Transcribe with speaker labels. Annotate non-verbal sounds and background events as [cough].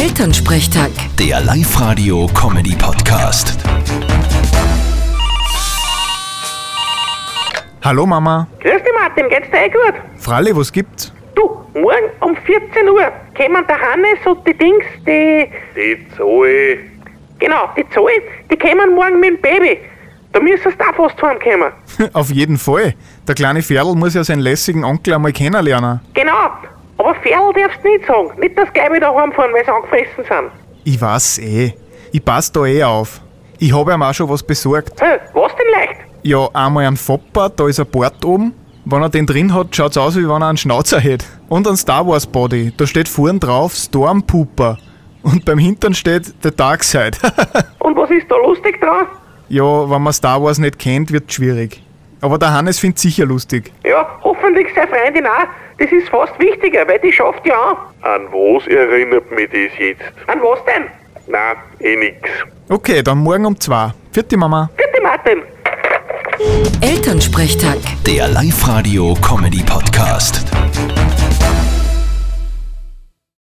Speaker 1: Elternsprechtag.
Speaker 2: Der Live-Radio-Comedy-Podcast.
Speaker 3: Hallo Mama.
Speaker 4: Grüß dich, Martin, geht's dir eh gut?
Speaker 3: Fralle, was gibt's? [laughs]
Speaker 4: Du, morgen um 14 Uhr kommen der Hannes und die Dings, die.
Speaker 5: Die Zoe.
Speaker 4: Genau, die Zoe, die kommen morgen mit dem Baby. Da müsstest du auch fast heimkommen.
Speaker 3: Auf jeden Fall. Der kleine Ferl muss ja seinen lässigen Onkel einmal kennenlernen.
Speaker 4: Genau, aber Ferl darfst du nicht sagen. Nicht, dass sie gleich wieder heimfahren, weil sie angefressen sind.
Speaker 3: Ich weiß eh. Ich pass da eh auf. Ich habe ihm auch schon was besorgt.
Speaker 4: Hä, was denn leicht?
Speaker 3: Ja, einmal einen Fopper, da ist ein Bart oben. Wenn er den drin hat, schaut's aus, wie wenn er einen Schnauzer hätte. Und ein Star Wars Body. Da steht vorn drauf Stormpooper. Und beim Hintern steht The Dark Side. [laughs]
Speaker 4: Und was ist da lustig dran?
Speaker 3: ja, wenn man Star Wars nicht kennt, wird's schwierig. Aber der Hannes find's sicher lustig.
Speaker 4: Ja, hoffentlich seine Freundin auch. Das ist fast wichtiger, weil die schafft ja an.
Speaker 5: An was erinnert mich das jetzt?
Speaker 4: An was denn?
Speaker 5: Na, eh nix.
Speaker 3: Okay, dann morgen um zwei. Vierte Mama.
Speaker 4: Bitte, Martin.
Speaker 1: Elternsprechtag.
Speaker 2: Der Live-Radio-Comedy-Podcast.